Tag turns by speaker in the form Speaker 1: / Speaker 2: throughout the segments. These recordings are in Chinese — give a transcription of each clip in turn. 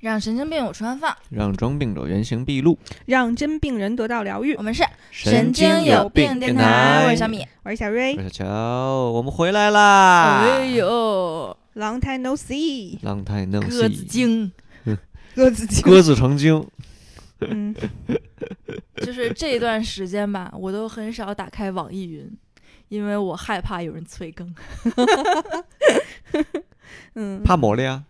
Speaker 1: 让神经病有处安放。
Speaker 2: 让装病者原形毕露。
Speaker 3: 让真病人得到疗愈
Speaker 1: 我。们是
Speaker 3: 经有病
Speaker 1: 电
Speaker 3: 电台
Speaker 1: 我是小
Speaker 2: 啊
Speaker 1: 米。
Speaker 3: 我是小瑞
Speaker 2: 我是乔，我们回来啦！
Speaker 1: 哎呦，
Speaker 3: ，Long time no see，
Speaker 2: 浪太能
Speaker 1: 鸽子精，
Speaker 3: 鸽子精。
Speaker 2: 鸽子成精。
Speaker 3: 嗯，
Speaker 1: 就是这段时间吧，我都很少打开网易云，因为我害怕有人催更。
Speaker 3: 嗯
Speaker 2: 怕没 了呀？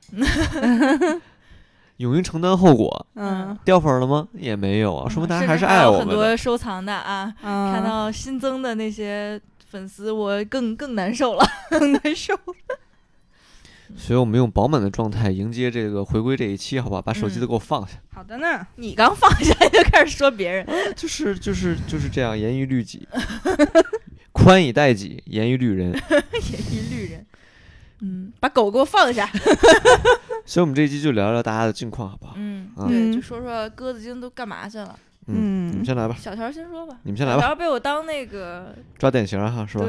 Speaker 2: 勇于承担后果，
Speaker 3: 嗯
Speaker 2: 掉粉了吗？也没有啊，说明大家
Speaker 1: 甚
Speaker 2: 还
Speaker 1: 至
Speaker 2: 是
Speaker 1: 嗯还
Speaker 2: 爱
Speaker 1: 有
Speaker 2: 我
Speaker 1: 很
Speaker 2: 们的。
Speaker 1: 多收藏的啊，
Speaker 3: 啊
Speaker 1: 看到新增的那些粉丝，我更更难受了。
Speaker 3: 很难受。
Speaker 2: 所以我们用饱满的状态迎接这个回归这一期，好吧？把手机都给我 放下。
Speaker 3: 好的呢，
Speaker 1: 你刚放下就开始说别人，
Speaker 2: 就是就是就是这样，严于 律己，宽以待己，严于律人。
Speaker 1: 一律人。嗯，把狗给我放下。
Speaker 2: 所以我们这一期就聊聊大家的近况，好不好？
Speaker 1: 嗯，
Speaker 2: 啊
Speaker 1: 对，
Speaker 3: 嗯
Speaker 1: 就说说鸽子精都干嘛去了。
Speaker 2: 嗯你们先来吧，
Speaker 1: 小乔先说吧，
Speaker 2: 你们先来
Speaker 1: 小
Speaker 2: 吧，
Speaker 1: 乔被我当那个，
Speaker 2: 抓典型儿哈，是吧？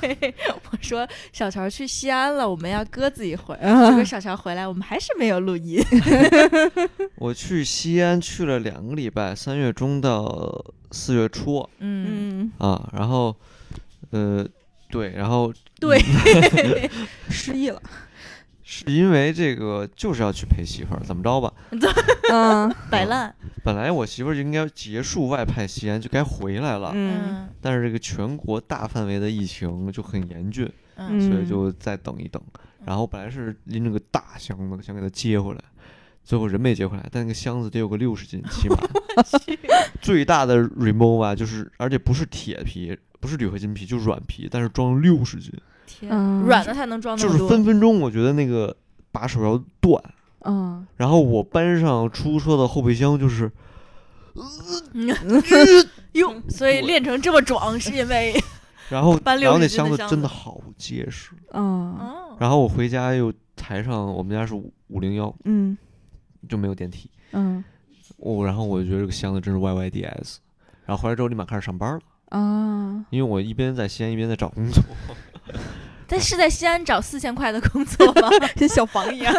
Speaker 1: 对 我说小乔去西安了，我们要鸽子一回。结
Speaker 2: 啊
Speaker 1: 果
Speaker 3: 嗯
Speaker 1: 小乔回来，我们还是没有录音。
Speaker 2: 我去西安去了两个礼拜，三月中到四月初
Speaker 1: 嗯，
Speaker 3: 嗯，
Speaker 2: 啊，然后，呃，对，然后
Speaker 1: 对，
Speaker 3: 失忆了。
Speaker 2: 是因为这个就是要去陪媳妇儿，怎么着吧？
Speaker 3: 嗯
Speaker 1: 摆烂。
Speaker 2: 本来我媳妇儿就应该结束外派西安，就该回来了，
Speaker 3: 嗯
Speaker 1: 嗯
Speaker 2: 但是这个全国大范围的疫情就很严峻，
Speaker 1: 嗯
Speaker 2: 所以就再等一等。然后本来是拎着个大箱子想给她接回来，最后人没接回来，但那个箱子得有个六十斤起码。
Speaker 1: 嗯
Speaker 2: 最大的 remova 就是，而且不是铁皮，不是铝合金皮，就是软皮，但是装六十斤，
Speaker 1: 天，
Speaker 3: 嗯
Speaker 1: 软的才能装那
Speaker 2: 就
Speaker 1: 么
Speaker 2: 是
Speaker 1: 多。
Speaker 2: 分分钟我觉得那个把手要断。
Speaker 3: 嗯，
Speaker 2: 然后我搬上出租车的后备箱就是，
Speaker 1: 哟，所以练成这么壮是因 为
Speaker 2: 然后
Speaker 1: 搬
Speaker 2: 然后
Speaker 1: 60斤的
Speaker 2: 那箱子
Speaker 1: 箱
Speaker 2: 真
Speaker 1: 子
Speaker 2: 的好结实。
Speaker 3: 嗯
Speaker 1: 哦，
Speaker 2: 然后我回家又抬上，我们家是五零幺，
Speaker 3: 嗯
Speaker 2: 就没有电梯。
Speaker 3: 嗯
Speaker 2: 我、然后我就觉得这个箱子真是 YYDS。然后回来之后立马开始上班了，
Speaker 3: 啊，
Speaker 2: 因为我一边在西安一边在找工作。
Speaker 1: 但是在西安找四千块的工作吗？
Speaker 3: 跟小房一 样。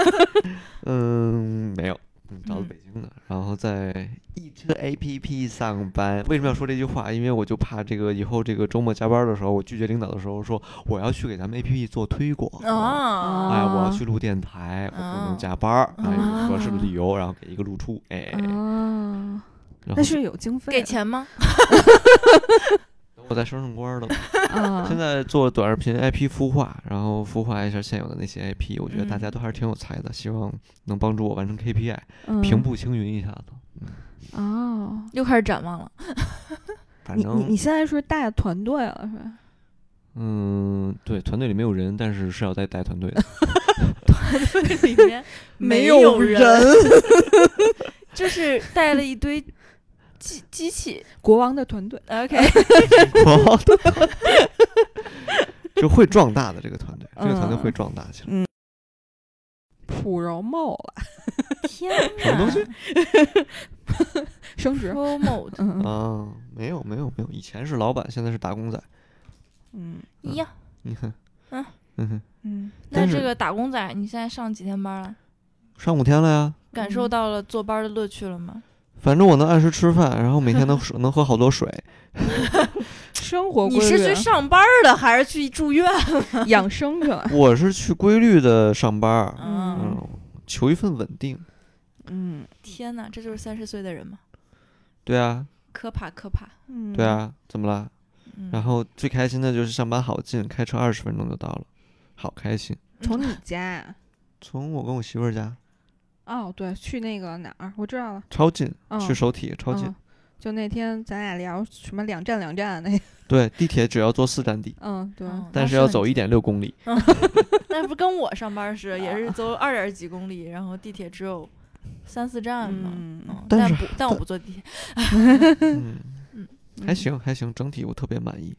Speaker 2: 嗯，没有，嗯找的
Speaker 1: 嗯
Speaker 2: 北京的，然后在易车 APP 上班。为什么要说这句话？因为我就怕这个以后这个周末加班的时候，我拒绝领导的时候说我要去给咱们 APP 做推广。
Speaker 1: 哦，
Speaker 2: 哎，我要
Speaker 3: 啊
Speaker 2: 去录电台，我不
Speaker 3: 哦
Speaker 1: 啊
Speaker 2: 能加班儿，哎，有合适的
Speaker 3: 啊
Speaker 2: 理由，然后给一个露出，哎，
Speaker 3: 啊，
Speaker 2: 然后
Speaker 3: 那是有经费的，啊
Speaker 1: 给钱吗？
Speaker 2: 我在升升官了。
Speaker 3: 啊
Speaker 2: 现在做短视频 IP 孵化，然后孵化一下现有的那些 IP，我觉得大家
Speaker 1: 嗯
Speaker 2: 都还是挺有才的，希望能帮助我完成 KPI，
Speaker 3: 嗯
Speaker 2: 平步青云一下子。
Speaker 3: 哦。
Speaker 1: 又开始展望了。
Speaker 2: 反
Speaker 3: 你你
Speaker 2: 正
Speaker 3: 你，现在是带团队了是吧？
Speaker 2: 嗯，对，团队里没有人，但是是要带带团队的。
Speaker 1: 里 面没有人，就是带了一堆机机器。啊
Speaker 3: 国王的团队，
Speaker 1: OK，
Speaker 2: 狂的， 就会壮大的这个团队，这个团队会壮大起来。
Speaker 3: 普柔茂了，
Speaker 1: 天
Speaker 2: 什么东
Speaker 1: 哪
Speaker 2: 西
Speaker 3: 升职。
Speaker 1: ！promo
Speaker 3: 嗯嗯
Speaker 2: 啊，没有没有没有，以前是老板，现在是打工仔。
Speaker 3: 嗯
Speaker 1: 一样。
Speaker 2: 你看，
Speaker 1: 嗯
Speaker 2: 嗯哼，
Speaker 3: 嗯
Speaker 1: 那
Speaker 2: 但是
Speaker 1: 这个打工仔，你现在上几天班啊了？
Speaker 2: 上五天了呀，
Speaker 1: 感受到了坐班的乐趣了吗？
Speaker 2: 反正我能按时吃饭，然后每天能水能喝好多水。
Speaker 3: 生活规
Speaker 1: 你
Speaker 3: 律啊
Speaker 1: 是
Speaker 2: 啊
Speaker 1: 去上班的还是去住院？
Speaker 3: 养生去 了。
Speaker 2: 我是去规律的上班儿，
Speaker 1: 嗯，
Speaker 2: 嗯，求一份稳定。
Speaker 3: 嗯
Speaker 1: 天哪，这就是三十岁的人吗？
Speaker 2: 对啊，
Speaker 1: 可怕可怕。
Speaker 3: 嗯，
Speaker 2: 对，啊，怎么了？
Speaker 1: 嗯
Speaker 2: 然后最开心的就是上班好近，开车二十分钟就到了，好开心。
Speaker 1: 嗯
Speaker 3: 从你家。
Speaker 2: 从我跟我媳妇儿家
Speaker 3: 哦，对，去那个哪儿，我知道了，
Speaker 2: 超近，
Speaker 3: 嗯
Speaker 2: 去首体超近
Speaker 3: 嗯。就那天咱俩聊什么两站两站那，
Speaker 2: 对，地铁只要坐四站地，
Speaker 3: 嗯，对，
Speaker 1: 哦
Speaker 2: 但是要走一点六公里。
Speaker 1: 那不跟我上班似的，也是
Speaker 3: 啊
Speaker 1: 走二点几公里，然后地铁只有三四站嘛。
Speaker 3: 嗯，
Speaker 1: 嗯，
Speaker 2: 但
Speaker 1: 但
Speaker 2: 是
Speaker 1: 不，但我不坐地铁。
Speaker 2: 嗯，还
Speaker 3: 嗯，
Speaker 2: 行还行，整体我特别满意。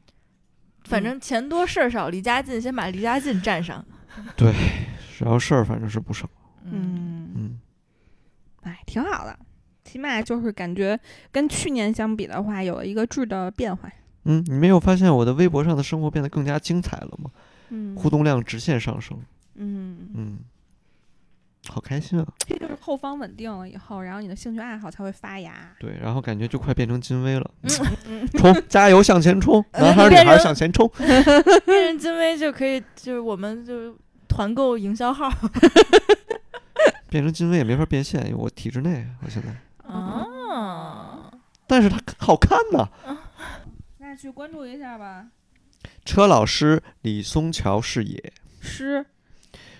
Speaker 1: 反
Speaker 3: 嗯
Speaker 1: 正钱多事儿少，离家近，先把离家近占上。
Speaker 2: 然后事儿反正是不少。
Speaker 3: 嗯，
Speaker 2: 嗯，
Speaker 3: 哎，挺好的，起码就是感觉跟去年相比的话，有了一个质的变化。
Speaker 2: 嗯，你没有发现我的微博上的生活变得更加精彩了吗？
Speaker 3: 嗯
Speaker 2: 互动量直线上升。
Speaker 3: 嗯，
Speaker 2: 嗯，好开心啊！
Speaker 3: 这就是后方稳定了以后，然后你的兴趣爱好才会发芽。
Speaker 2: 对，然后感觉就快变成金威了，冲，加油向前冲，
Speaker 1: 呃
Speaker 2: 男孩儿女
Speaker 1: 变
Speaker 2: 孩儿
Speaker 1: 成
Speaker 2: 向前冲。
Speaker 1: 变成金威就可以，就是我们就团购营销号
Speaker 2: 变成金威也没法变现，因为我体制内，啊我现在，
Speaker 1: 哦
Speaker 3: 嗯，
Speaker 1: 啊。
Speaker 2: 但是它好看呐、
Speaker 3: 那去关注一下吧。
Speaker 2: 车老师李松桥是也，
Speaker 3: 诗，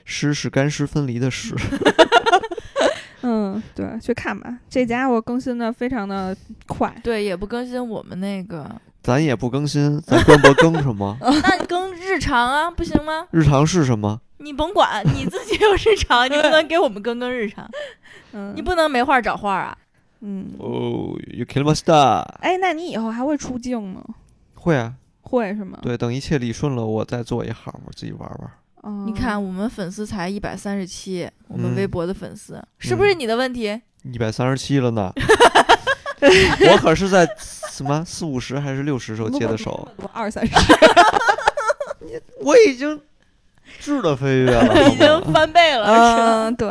Speaker 2: 湿是干湿分离的湿。
Speaker 3: 嗯，对，去看吧。这家伙更新的非常的快，
Speaker 1: 对，也不更新我们那个，
Speaker 2: 咱也不更新，咱官博更什 么？
Speaker 1: 那你更日常啊，不行吗？
Speaker 2: 日常是什么？
Speaker 1: 你甭管，你自己有日常，你不能给我们更更日常，
Speaker 3: 嗯，
Speaker 1: 你不能没话找话啊。
Speaker 3: 嗯，
Speaker 2: 哦，You kill my star。
Speaker 3: 哎，那你以后还会出镜吗？
Speaker 2: 会啊，
Speaker 3: 会是吗？，
Speaker 2: 对，等一切理顺了，我再做一行，我自己玩玩。
Speaker 3: 嗯、
Speaker 1: 你看，我们粉丝才一百三十七，我们
Speaker 2: 嗯
Speaker 1: 微博的粉丝、是不是你的问题？
Speaker 2: 一百三十七了 呢，我可是在什么四五十还是六十时候接的手，
Speaker 3: 我二三十，
Speaker 2: 我已经质的飞跃了，
Speaker 1: 已
Speaker 2: 好
Speaker 1: 经
Speaker 2: 吗
Speaker 1: 翻倍了，是吧
Speaker 3: 嗯，对。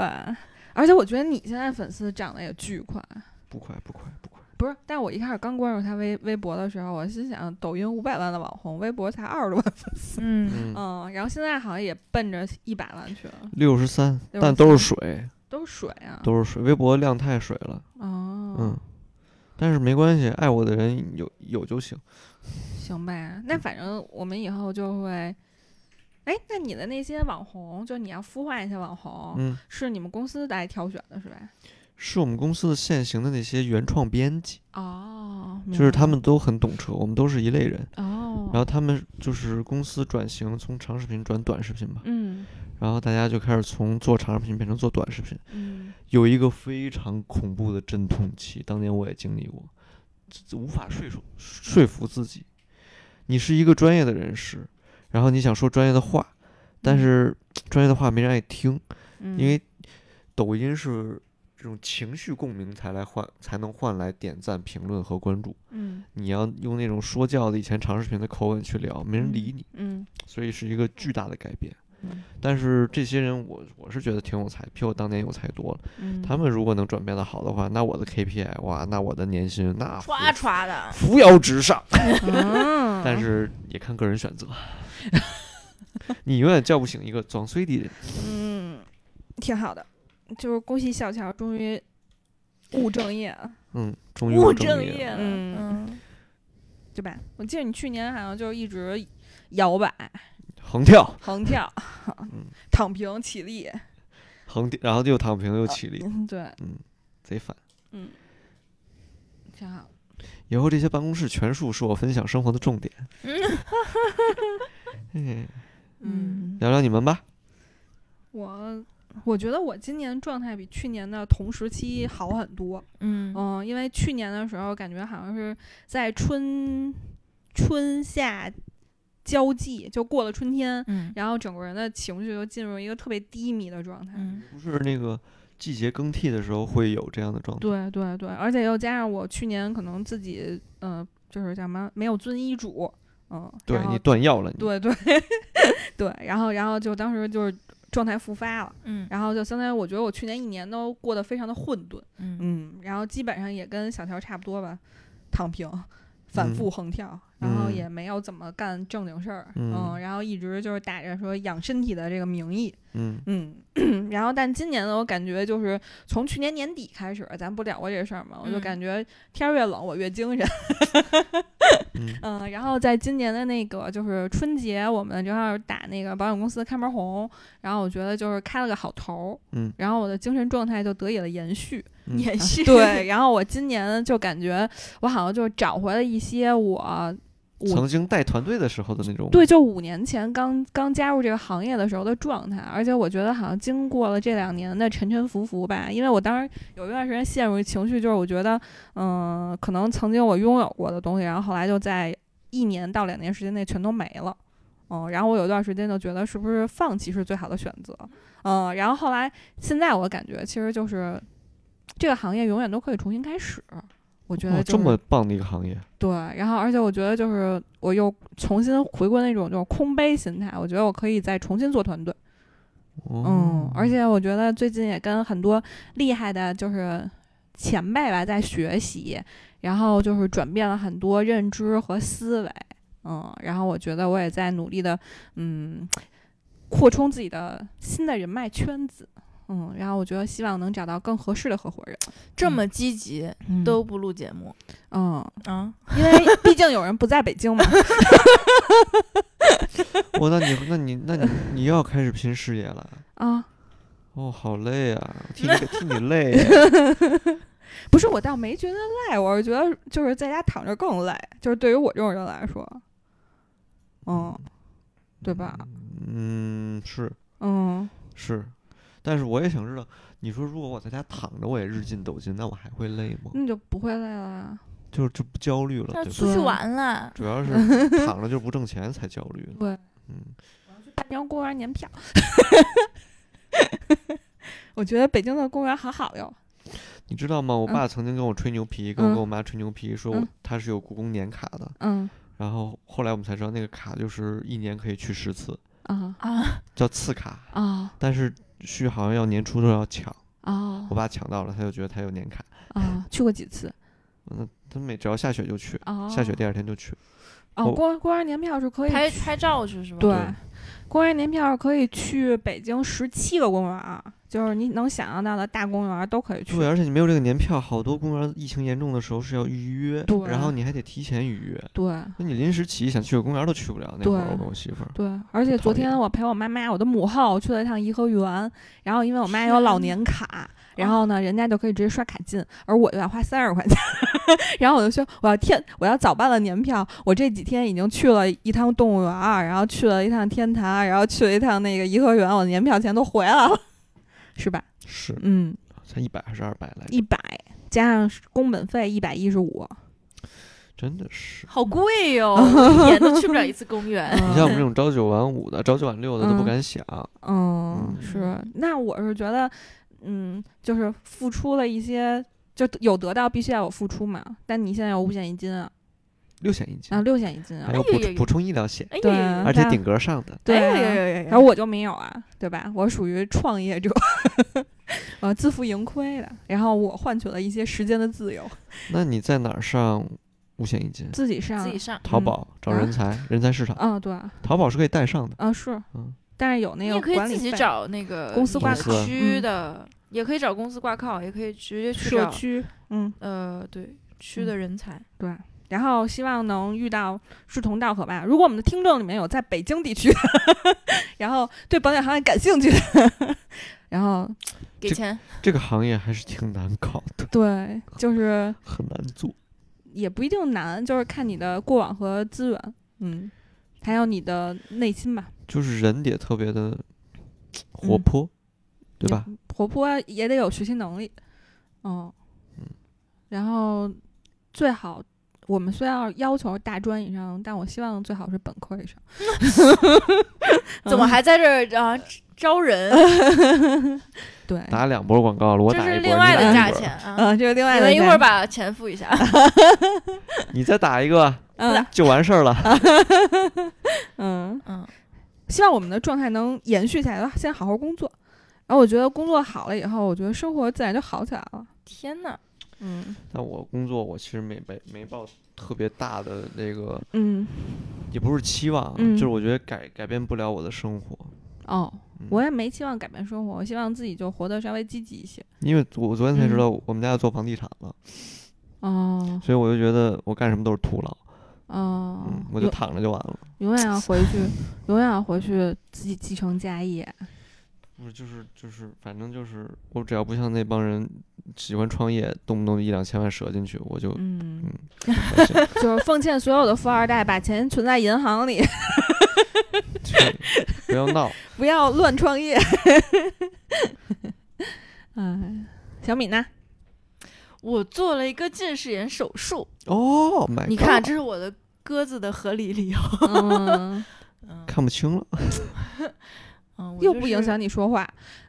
Speaker 3: 而且我觉得你现在粉丝涨得也巨快，
Speaker 2: 不快不快不快，
Speaker 3: 不是？但我一开始刚关注他微微博的时候，我心想，抖音五百万的网红，微博才二十多万，
Speaker 1: 嗯，
Speaker 2: 嗯，
Speaker 3: 嗯，然后现在好像也奔着一百万去了，
Speaker 2: 六十三，嗯但都是水，
Speaker 3: 都是水啊，
Speaker 2: 都是水，微博量太水了，
Speaker 3: 哦，
Speaker 2: 嗯，但是没关系，爱我的人有有就行，
Speaker 3: 行呗，
Speaker 2: 嗯
Speaker 3: 那反正我们以后就会。哎，那你的那些网红，就你要孵化一些网红，
Speaker 2: 嗯，
Speaker 3: 是你们公司来挑选的，是吧？
Speaker 2: 是我们公司的现行的那些原创编辑，
Speaker 3: 哦，
Speaker 2: 就是他
Speaker 3: 们
Speaker 2: 们都很懂车，我们都是一类人。
Speaker 3: 哦，
Speaker 2: 然后他们就是公司转型，从长视频转短视频吧，
Speaker 3: 嗯
Speaker 2: 然后大家就开始从做长视频变成做短视频，
Speaker 3: 嗯
Speaker 2: 有一个非常恐怖的阵痛期，当年我也经历过，这这无法说服说服自己，你是一个专业的人士，然后你想说专业的话，但是专业的话没人爱听，
Speaker 3: 嗯，
Speaker 2: 因为抖音是这种情绪共鸣才来换才能换来点赞、评论和关注，
Speaker 3: 嗯
Speaker 2: 你要用那种说教的以前长视频的口吻去聊，没人理你。
Speaker 3: 嗯
Speaker 2: 所以是一个巨大的改变
Speaker 3: 嗯。
Speaker 2: 但是这些人我，我是觉得挺有才，比我当年有才多了。
Speaker 3: 嗯，
Speaker 2: 他们如果能转变的好的话，那我的 KPI 哇，那我的年薪那扶
Speaker 1: 歘歘的，
Speaker 2: 扶摇直上。
Speaker 3: 嗯，
Speaker 2: 但是也看个人选择， 你永远叫不醒一个装睡的人。
Speaker 3: 嗯，挺好的，就是恭喜小乔终于务正业了，
Speaker 2: 嗯，终于
Speaker 1: 不
Speaker 2: 我
Speaker 1: 正
Speaker 2: 业
Speaker 1: 业
Speaker 2: 了。
Speaker 1: 了，
Speaker 3: 嗯
Speaker 1: 嗯，
Speaker 3: 对吧？我记得你去年好像就是一直摇摆、
Speaker 2: 横跳，
Speaker 3: 横跳、
Speaker 2: 嗯
Speaker 3: 躺平、起立，
Speaker 2: 横跳，然后又躺平又起立，
Speaker 3: 嗯，对，
Speaker 2: 贼烦。
Speaker 3: 嗯，挺好。
Speaker 2: 以后这些办公室全数是我分享生活的重点。 嗯，
Speaker 1: 嗯，
Speaker 2: 聊聊你们吧。
Speaker 3: 我我觉得我今年状态比去年的同时期好很多，
Speaker 1: 嗯，
Speaker 3: 嗯，因为去年的时候感觉好像是在春春夏交际，就过了春天，
Speaker 1: 嗯，
Speaker 3: 然后整个人的情绪就进入一个特别低迷的状态。
Speaker 1: 嗯，
Speaker 2: 不是那个季节更替的时候会有这样的状态。
Speaker 3: 对对对，而且又加上我去年可能自己，呃，就是叫什么没有遵医嘱，嗯，
Speaker 2: 对
Speaker 3: 然后
Speaker 2: 你断药了，你
Speaker 3: 对对 对，然后然后就当时就是状态复发了，
Speaker 1: 嗯，
Speaker 3: 然后就相当于我觉得我去年一年都过得非常的混沌，
Speaker 1: 嗯，
Speaker 3: 嗯，然后基本上也跟小乔差不多吧，躺平，反
Speaker 2: 嗯
Speaker 3: 复横跳，然后
Speaker 2: 嗯
Speaker 3: 也没有怎么干正经事儿，
Speaker 2: 嗯
Speaker 3: 然后一直就是打着说养身体的这个名义，
Speaker 2: 嗯，
Speaker 3: 嗯， 然后但今年呢，我感觉就是从去年年底开始，咱不聊过这事儿嘛，我就
Speaker 1: 嗯
Speaker 3: 感觉天儿越冷我越精神，
Speaker 2: 嗯
Speaker 3: 嗯，然后在今年的那个就是春节，我们正好打那个保险公司开门红，然后我觉得就是开了个好头，
Speaker 2: 嗯，
Speaker 3: 然后我的精神状态就得以了延续，
Speaker 2: 嗯
Speaker 1: 延续，
Speaker 3: 对，，然后我今年就感觉我好像就找回了一些我五
Speaker 2: 曾经带团队的时候的那种，
Speaker 3: 对，就五年前刚刚加入这个行业的时候的状态，而且我觉得好像经过了这两年的沉沉浮浮吧，因为我当时有一段时间陷入情绪，就是我觉得，嗯、可能曾经我拥有过的东西，然后后来就在一年到两年时间内全都没了。嗯，然后我有一段时间就觉得是不是放弃是最好的选择，嗯，然后后来现在我感觉其实就是这个行业永远都可以重新开始，我觉
Speaker 2: 哇，
Speaker 3: 得、就是、
Speaker 2: 哦这么棒的一个行业，
Speaker 3: 对，然后而且我觉得就是我又重新回归那种就是空杯心态，我觉得我可以再重新做团队，
Speaker 2: 哦
Speaker 3: 嗯，而且我觉得最近也跟很多厉害的，就是前辈吧，在学习，然后就是转变了很多认知和思维，嗯，然后我觉得我也在努力的，嗯，扩充自己的新的人脉圈子，嗯，然后我觉得希望能找到更合适的合伙人，
Speaker 1: 这么积极
Speaker 3: 嗯
Speaker 1: 都不录节目
Speaker 3: 嗯，
Speaker 1: 啊？
Speaker 3: 因为毕竟有人不在北京嘛，
Speaker 2: 我、哦那你那你那你你要开始拼事业了。
Speaker 3: 啊，
Speaker 2: 哦，好累啊！替你替你累啊，
Speaker 3: 不是我倒没觉得累，我是觉得就是在家躺着更累，就是对于我这种人来说，嗯，对吧？
Speaker 2: 嗯，是
Speaker 3: 嗯，
Speaker 2: 是，但是我也想知道，你说如果我在家躺着，我也日进斗金，那我还会累吗？
Speaker 3: 那就不会累了。啊
Speaker 2: 就是就不焦虑了，
Speaker 1: 那
Speaker 2: 对吧？
Speaker 1: 出去玩了，
Speaker 2: 主 要是躺着就不挣钱才焦虑呢。
Speaker 3: 对，
Speaker 2: 嗯，
Speaker 3: 大宁公园年票， 我觉得北京的公园好好哟。
Speaker 2: 你知道吗？我
Speaker 3: 嗯
Speaker 2: 爸曾经跟我吹牛皮，跟我
Speaker 3: 嗯
Speaker 2: 跟我妈吹牛皮，说我
Speaker 3: 嗯
Speaker 2: 他是有故宫年卡的。
Speaker 3: 嗯
Speaker 2: 然后后来我们才知道，那个卡就是一年可以去十次，
Speaker 3: 啊
Speaker 1: 啊，
Speaker 2: 叫次卡，
Speaker 3: 啊
Speaker 2: 但是续好像要年初都要抢。
Speaker 3: 啊
Speaker 2: 我爸抢到了，他就觉得他有年卡。
Speaker 3: 啊！去过几次
Speaker 2: 嗯，他每只要下雪就去，
Speaker 3: 啊？
Speaker 2: 下雪第二天就去。
Speaker 3: 哦，
Speaker 2: 我
Speaker 3: 公园公园年票是可以
Speaker 1: 拍
Speaker 3: 去
Speaker 1: 拍照去是吧？
Speaker 3: 对，公园年票是可以去北京十七个公园儿，就是你能想象到的大公园儿都可以去。
Speaker 2: 对，而啊且你没有这个年票，好多公园疫情严重的时候是要预约，
Speaker 3: 对
Speaker 2: 然后你还得提前预约。
Speaker 3: 对
Speaker 2: 那你临时起意想去个公园都去不了。那会儿
Speaker 3: 对
Speaker 2: 我跟我媳妇儿，
Speaker 3: 对，而且
Speaker 2: 讨
Speaker 3: 昨天
Speaker 2: 厌
Speaker 3: 我陪我妈妈，我的母后去了一趟颐和园，然后因为我妈有老
Speaker 1: 天
Speaker 3: 年卡，然
Speaker 2: 啊
Speaker 3: 后呢，人家就可以直接刷卡进，而我就要花三十块钱， 然后我就说我要天，我要早办了年票，我这几天已经去了一趟动物园儿，然后去了一趟天坛，然后去了一趟那个颐和园，我的年票钱都回来了， 是吧？
Speaker 2: 是
Speaker 3: 嗯，
Speaker 2: 才一百还是二百来着？
Speaker 3: 一百加上工本费一百一十五，
Speaker 2: 真的是。
Speaker 1: 好贵哟，一年都去不了一次公 园。哎
Speaker 2: 你像我们这种朝九晚五的、朝九晚六的都不
Speaker 3: 哎嗯
Speaker 2: 敢想。
Speaker 3: 嗯，
Speaker 2: 嗯
Speaker 3: 是。那我是觉得，嗯，就是付出了一些，就有得到必须要有付出嘛。但你现在有五险一金啊，
Speaker 2: 六险一金
Speaker 3: 啊，，六嗯险一金啊
Speaker 2: 还，有
Speaker 1: 哎
Speaker 2: 补
Speaker 1: 呀呀
Speaker 2: 补充医疗险，
Speaker 1: 哎
Speaker 3: 对
Speaker 1: 呀，
Speaker 2: 而且
Speaker 3: 但
Speaker 2: 顶格上的。
Speaker 3: 对
Speaker 1: 哎
Speaker 3: 啊、
Speaker 1: 呀呀呀呀
Speaker 3: 然后我就没有啊，对吧？我属于创业者， 呃，自负盈亏的。然后我换取了一些时间的自由，
Speaker 2: 那你在哪儿上五险一金？
Speaker 3: 自己上
Speaker 1: 自。己上，
Speaker 2: 淘
Speaker 3: 嗯
Speaker 2: 宝找
Speaker 3: 啊
Speaker 2: 人才，人才市场，
Speaker 3: 嗯、对啊，
Speaker 2: 淘宝是可以带上的。
Speaker 3: 啊是
Speaker 2: 嗯，
Speaker 3: 但是有那
Speaker 1: 你
Speaker 3: 个
Speaker 1: 也可以
Speaker 3: 管理
Speaker 1: 自己
Speaker 3: 费
Speaker 1: 找那个
Speaker 3: 公司
Speaker 1: 你
Speaker 2: 挂
Speaker 1: 市
Speaker 2: 靠嗯
Speaker 1: 区的，也可以找公司挂靠，也可以直接去
Speaker 3: 社
Speaker 1: 找
Speaker 3: 区，嗯，
Speaker 1: 呃，对区的人才。
Speaker 3: 对。然后希望能遇到志同道合吧。如果我们的听众里面有在北京地区的， 然后对保险行业感兴趣的，然后
Speaker 1: 给
Speaker 2: 这
Speaker 1: 钱，
Speaker 2: 这个行业还是挺难搞的，
Speaker 3: 对，就是
Speaker 2: 很难做。
Speaker 3: 也不一定难，就是看你的过往和资源，嗯，还有你的内心吧。
Speaker 2: 就是人也特别的活
Speaker 3: 嗯
Speaker 2: 泼，对吧？
Speaker 3: 活泼也得有学习能力，嗯，然后最好我们虽然要求大专以上，但我希望最好是本科以上。
Speaker 1: 怎么
Speaker 3: 嗯
Speaker 1: 还在这儿啊招人？
Speaker 3: 对？
Speaker 2: 打两波广告了，我
Speaker 1: 这
Speaker 2: 打一
Speaker 1: 是
Speaker 2: 波，
Speaker 1: 另外
Speaker 2: 你打
Speaker 1: 的价
Speaker 2: 一波
Speaker 1: 钱啊！
Speaker 3: 嗯，这是另外
Speaker 1: 你
Speaker 3: 的
Speaker 1: 们一
Speaker 3: 价
Speaker 1: 会儿
Speaker 3: 值
Speaker 1: 把钱付一 下。
Speaker 2: 你再打一个
Speaker 3: 嗯
Speaker 2: 就完事儿了。
Speaker 3: 嗯，
Speaker 1: 嗯，
Speaker 3: 希望我们的状态能延续下来。先好好工作，然后我觉得工作好了以后，我觉得生活自然就好起来了。
Speaker 1: 天哪，
Speaker 3: 嗯
Speaker 2: 但我工作，我其实没没没抱特别大的那个，
Speaker 3: 嗯，
Speaker 2: 也不是期望，啊
Speaker 3: 嗯
Speaker 2: 就是我觉得改改变不了我的生活，
Speaker 3: 哦
Speaker 2: 嗯，
Speaker 3: 我也没期望改变生活，我希望自己就活得稍微积极一些。
Speaker 2: 因为我昨天才知
Speaker 3: 嗯
Speaker 2: 道我们家要做房地产了，
Speaker 3: 哦
Speaker 2: 所以我就觉得我干什么都是徒劳，
Speaker 3: 哦
Speaker 2: 嗯，，我就
Speaker 3: 永
Speaker 2: 躺着就完了。
Speaker 3: 永远要回去， 永远要回去自己继承家业。
Speaker 2: 不是，就是就是，反正就是，我只要不像那帮人喜欢创业，动不动就一两千万折进去，我 就
Speaker 3: 嗯
Speaker 2: 嗯，恶心
Speaker 3: 就是奉劝所有的富二代，把钱存在银行里，
Speaker 2: 就是 不要 闹。
Speaker 3: 不要乱创业。 哎，小米呢？
Speaker 1: 我做了一个近视眼手术，
Speaker 2: 哦，my，
Speaker 1: 你看，
Speaker 2: God，
Speaker 1: 这是我的鸽子的合理理由。
Speaker 3: 嗯，
Speaker 1: 嗯
Speaker 2: 看不 清了，
Speaker 1: 嗯，我
Speaker 3: 又
Speaker 1: 就
Speaker 3: 不影
Speaker 1: 是
Speaker 3: 响你说话。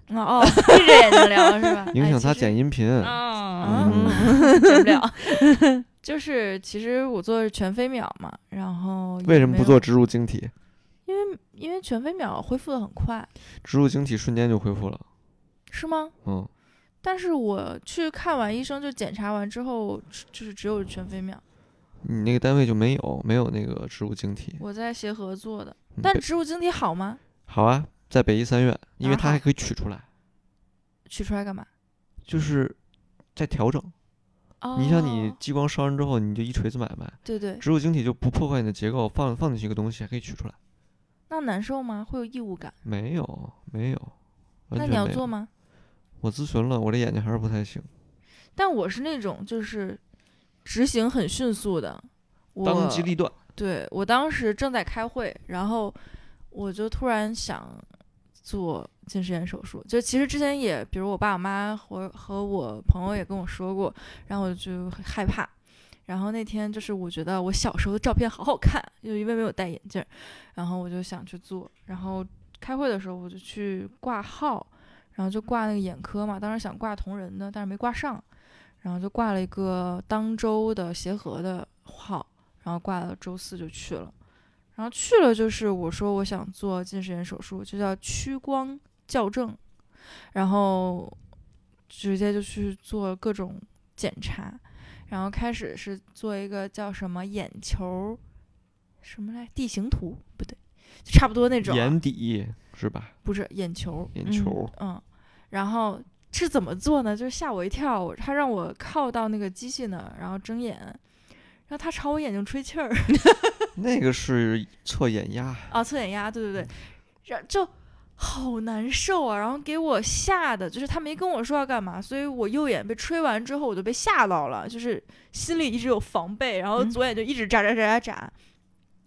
Speaker 1: 啊哦，闭着眼睛聊是吧？
Speaker 2: 影
Speaker 1: 哎
Speaker 2: 响
Speaker 1: 其
Speaker 2: 他
Speaker 1: 实
Speaker 2: 剪音频。
Speaker 3: 啊
Speaker 2: 嗯，
Speaker 1: 剪不了。 就是其实我做的是全飞秒嘛，然后也
Speaker 2: 为什么
Speaker 1: 没
Speaker 2: 不
Speaker 1: 有
Speaker 2: 做？植入晶体？
Speaker 1: 因为因为全飞秒恢复的很快，
Speaker 2: 植入晶体瞬间就恢复了。
Speaker 1: 是吗？
Speaker 2: 嗯，
Speaker 1: 但是我去看完医生，就检查完之后，只就是只有全飞秒。
Speaker 2: 你那个单位就没有没有那个植入晶体。
Speaker 1: 我在协和做的，
Speaker 2: 嗯
Speaker 1: 但
Speaker 2: 北
Speaker 1: 植入晶体好吗？
Speaker 2: 好啊，在北医三院，因为
Speaker 1: 哪
Speaker 2: 它
Speaker 1: 啊好
Speaker 2: 还可以取出来，
Speaker 1: 取出来干嘛？
Speaker 2: 就是在调整。
Speaker 1: 哦，
Speaker 2: 你像你激光烧完之后，你就一锤子买卖，
Speaker 1: 对对，
Speaker 2: 植入晶体就不破坏你的结构，放放进去一个东西还可以取出来。
Speaker 1: 那难受吗？会有异物感？
Speaker 2: 没有没有，
Speaker 1: 那
Speaker 2: 完全
Speaker 1: 你要
Speaker 2: 没有
Speaker 1: 做？吗？
Speaker 2: 我咨询了，我这眼睛还是不太行。
Speaker 1: 但我是那种就是执行很迅速的，我
Speaker 2: 当机立断，
Speaker 1: 对我当时正在开会，然后我就突然想做近视眼手术。就其实之前也，比如我爸我妈和和我朋友也跟我说过，然后我就很害怕。然后那天就是我觉得我小时候的照片好好看，就因为没有戴眼镜儿，然后我就想去做。然后开会的时候我就去挂号，然后就挂那个眼科嘛，当时想挂同仁的，但是没挂上，然后就挂了一个当周的协和的号，然后挂了周四就去了，然后去了就是我说我想做近视眼手术，就叫屈光校正，然后直接就去做各种检查，然后开始是做一个叫什么眼球什么来地形图不对，就差不多那种啊、
Speaker 2: 眼底是吧？
Speaker 1: 不是眼球，
Speaker 2: 眼球
Speaker 1: 嗯，嗯然后是怎么做呢？就是吓我一跳，他让我靠到那个机器那儿，然后睁眼，然后他朝我眼睛吹气儿
Speaker 2: 那个是测眼压，
Speaker 1: 啊，测眼压，对对对，然就好难受啊，然后给我吓的，就是他没跟我说要干嘛，所以我右眼被吹完之后，我就被吓到了，就是心里一直有防备，然后
Speaker 3: 嗯
Speaker 1: 左眼就一直眨眨眨眨眨。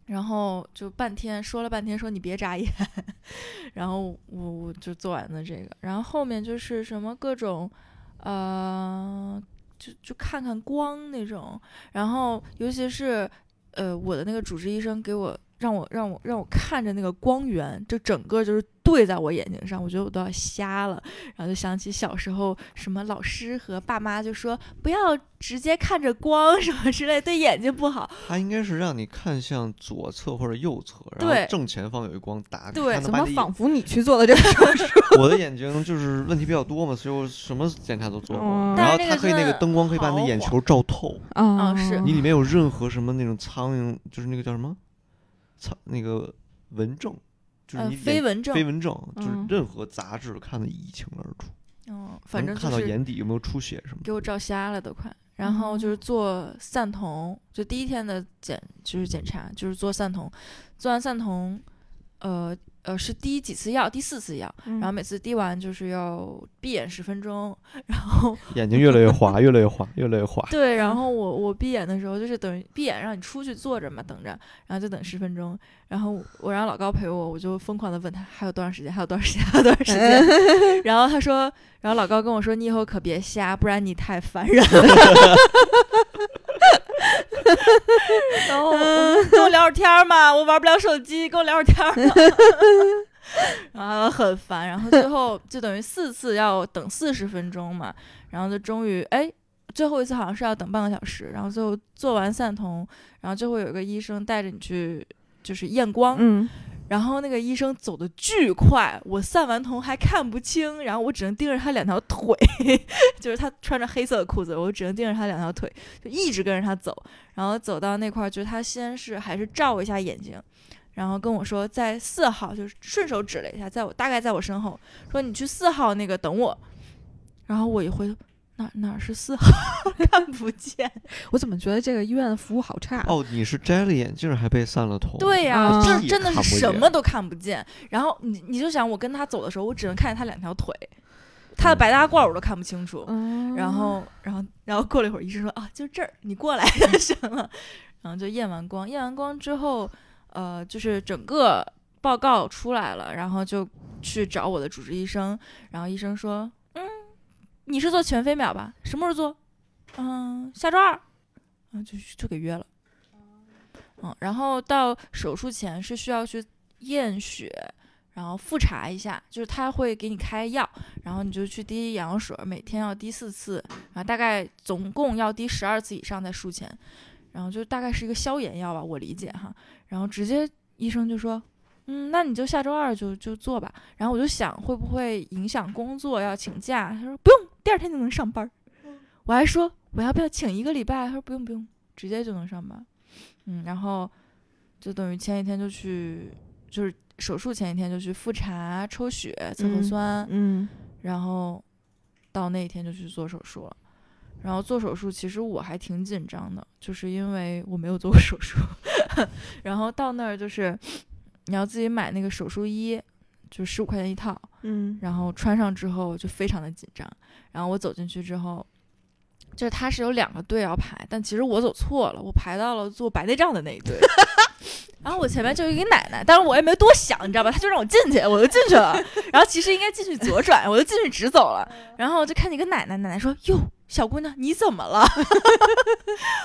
Speaker 1: 然后就半天说了半天，说你别眨眼， 然后我我就做完了这个，然后后面就是什么各种，呃，就就看看光那种，然后尤其是呃我的那个主治医生给我让我让我让我看着那个光源，就整个就是对在我眼睛上，我觉得我都要瞎了，然后就想起小时候什么老师和爸妈就说不要直接看着光什么之类，对眼睛不好。
Speaker 2: 它应该是让你看向左侧或者右侧，然
Speaker 1: 对
Speaker 2: 后正前方有一光打。
Speaker 1: 对
Speaker 2: 看它
Speaker 3: 怎
Speaker 2: 把
Speaker 3: 么
Speaker 2: 你
Speaker 3: 仿佛你去做了这 个手术？
Speaker 2: 我的眼睛就是问题比较多嘛，所以我什么检查都做过。
Speaker 3: 嗯
Speaker 2: 然后
Speaker 1: 但是那
Speaker 2: 它
Speaker 1: 个
Speaker 2: 可以那个
Speaker 1: 是
Speaker 2: 灯光可以把你的眼球照透，
Speaker 3: 啊
Speaker 1: 是
Speaker 2: 你里面有任何什么那种苍蝇，就是那个叫什么苍那个蚊症，就是
Speaker 1: 呃，
Speaker 2: 你
Speaker 1: 飞
Speaker 2: 眼
Speaker 1: 蚊症
Speaker 2: 飞，蚊症，就是
Speaker 3: 嗯
Speaker 2: 任何杂质看得一清二楚，
Speaker 1: 嗯，反正
Speaker 2: 能看
Speaker 1: 就
Speaker 2: 到
Speaker 1: 是
Speaker 2: 眼底有没有出血什么的。
Speaker 1: 给我照瞎了都快。然后就是做散瞳，就第一天的检就是检查，就是做散瞳，做完散瞳，呃呃是滴几次药，第四次药，
Speaker 3: 然
Speaker 1: 然后每次滴完就是要闭眼十分钟，然后
Speaker 2: 眼睛越来越滑，越来越滑，越来越滑。
Speaker 1: 对，然
Speaker 3: 嗯
Speaker 1: 后我我闭眼的时候就是等于闭眼让你出去坐着嘛，等着，然后就等十分钟，然后我让老高陪我，我就疯狂的问他还有多长时间，还有多长时间，还有多长时间， 然后他说，然后老高跟我说你以后可别瞎，不然你太烦 人了。 然后我我跟我聊会儿天儿嘛，我玩不了手机，跟我聊会儿天儿嘛。 然后很烦，然后最后就等于四次要等四十分钟嘛，然后就终于哎，最后一次好像是要等半个小时，然后最后做完散瞳，然后就会有一个医生带着你去就是验光，
Speaker 3: 嗯，
Speaker 1: 然后那个医生走的巨快，我散完瞳还看不清，然后我只能盯着他两条腿， 就是他穿着黑色的裤子，我只能盯着他两条腿，就一直跟着他走，然后走到那块儿，就是他先是还是照一下眼睛，然后跟我说在四号，就是顺手指了一下，在我大概在我身后，说你去四号那个等我，然后我一回头。哪哪是四号？ 看不见。
Speaker 3: 我怎么觉得这个医院的服务好差？
Speaker 2: 哦，你是摘了眼镜还被散了瞳？
Speaker 1: 对呀、
Speaker 3: 啊
Speaker 1: 就是真的
Speaker 2: 看不
Speaker 1: 是
Speaker 2: 见
Speaker 1: 什么都看不见。然后你你就想，我跟他走的时候，我只能看见他两条腿，他的白大褂我都看不清楚。
Speaker 3: 嗯，
Speaker 1: 然后，然后，然后过了一会儿，医生说啊，就这儿，你过来就行了。 然后就验完光，验完光之后，呃，就是整个报告出来了，然后就去找我的主治医生，然后医生说，嗯，你是做全飞秒吧？什么时候做？嗯，下周二，嗯，就就给约了。嗯，然后到手术前是需要去验血，然后复查一下，就是他会给你开药，然后你就去滴眼药水，每天要滴四次，然后大概总共要滴十二次以上在术前，然后就大概是一个消炎药吧，我理解哈。然后直接医生就说嗯，那你就下周二就就做吧。然后我就想会不会影响工作要请假？他说不用，第二天就能上班儿。我还说我要不要请一个礼拜？他说不用不用，直接就能上班。嗯，然后就等于前一天就去，就是手术前一天就去复查、抽血、测核
Speaker 3: 嗯
Speaker 1: 酸，
Speaker 3: 嗯
Speaker 1: 然后到那一天就去做手术了。然后做手术，其实我还挺紧张的，就是因为我没有做过手术。 然后到那儿就是你要自己买那个手术衣，就十五块钱一套，
Speaker 3: 嗯
Speaker 1: 然后穿上之后就非常的紧张。然后我走进去之后，就是他是有两个队要排，但其实我走错了，我排到了做白内障的那一队。然后我前面就有一个奶奶，但是我也没多想，你知道吧？他就让我进去，我就进去了。然后其实应该进去左转，我就进去直走了。然后就看见一个奶奶，奶奶说：“哟，小姑娘，你怎么了？”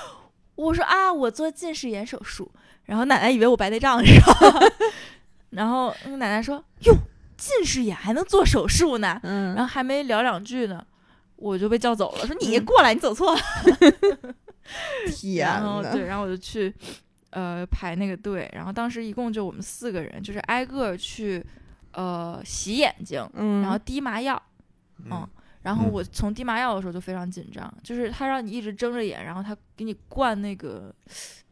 Speaker 1: 我说：“啊，我做近视眼手术。”然后奶奶以为我白内障是吧？ 然后那个奶奶说：“哟，近视眼还能做手术呢？”
Speaker 3: 嗯，
Speaker 1: 然后还没聊两句呢，我就被叫走了，说你
Speaker 3: 嗯
Speaker 1: 过来，你走错了。
Speaker 3: 天啊
Speaker 1: 然后
Speaker 3: 呐，
Speaker 1: 对，然后我就去呃排那个队，然后当时一共就我们四个人，就是挨个儿去呃洗眼睛，
Speaker 3: 嗯，
Speaker 1: 然后滴麻药，
Speaker 2: 嗯
Speaker 1: 嗯，然后
Speaker 2: 嗯
Speaker 1: 我从滴麻药的时候就非常紧张，就是他让你一直睁着眼，然后他给你灌那个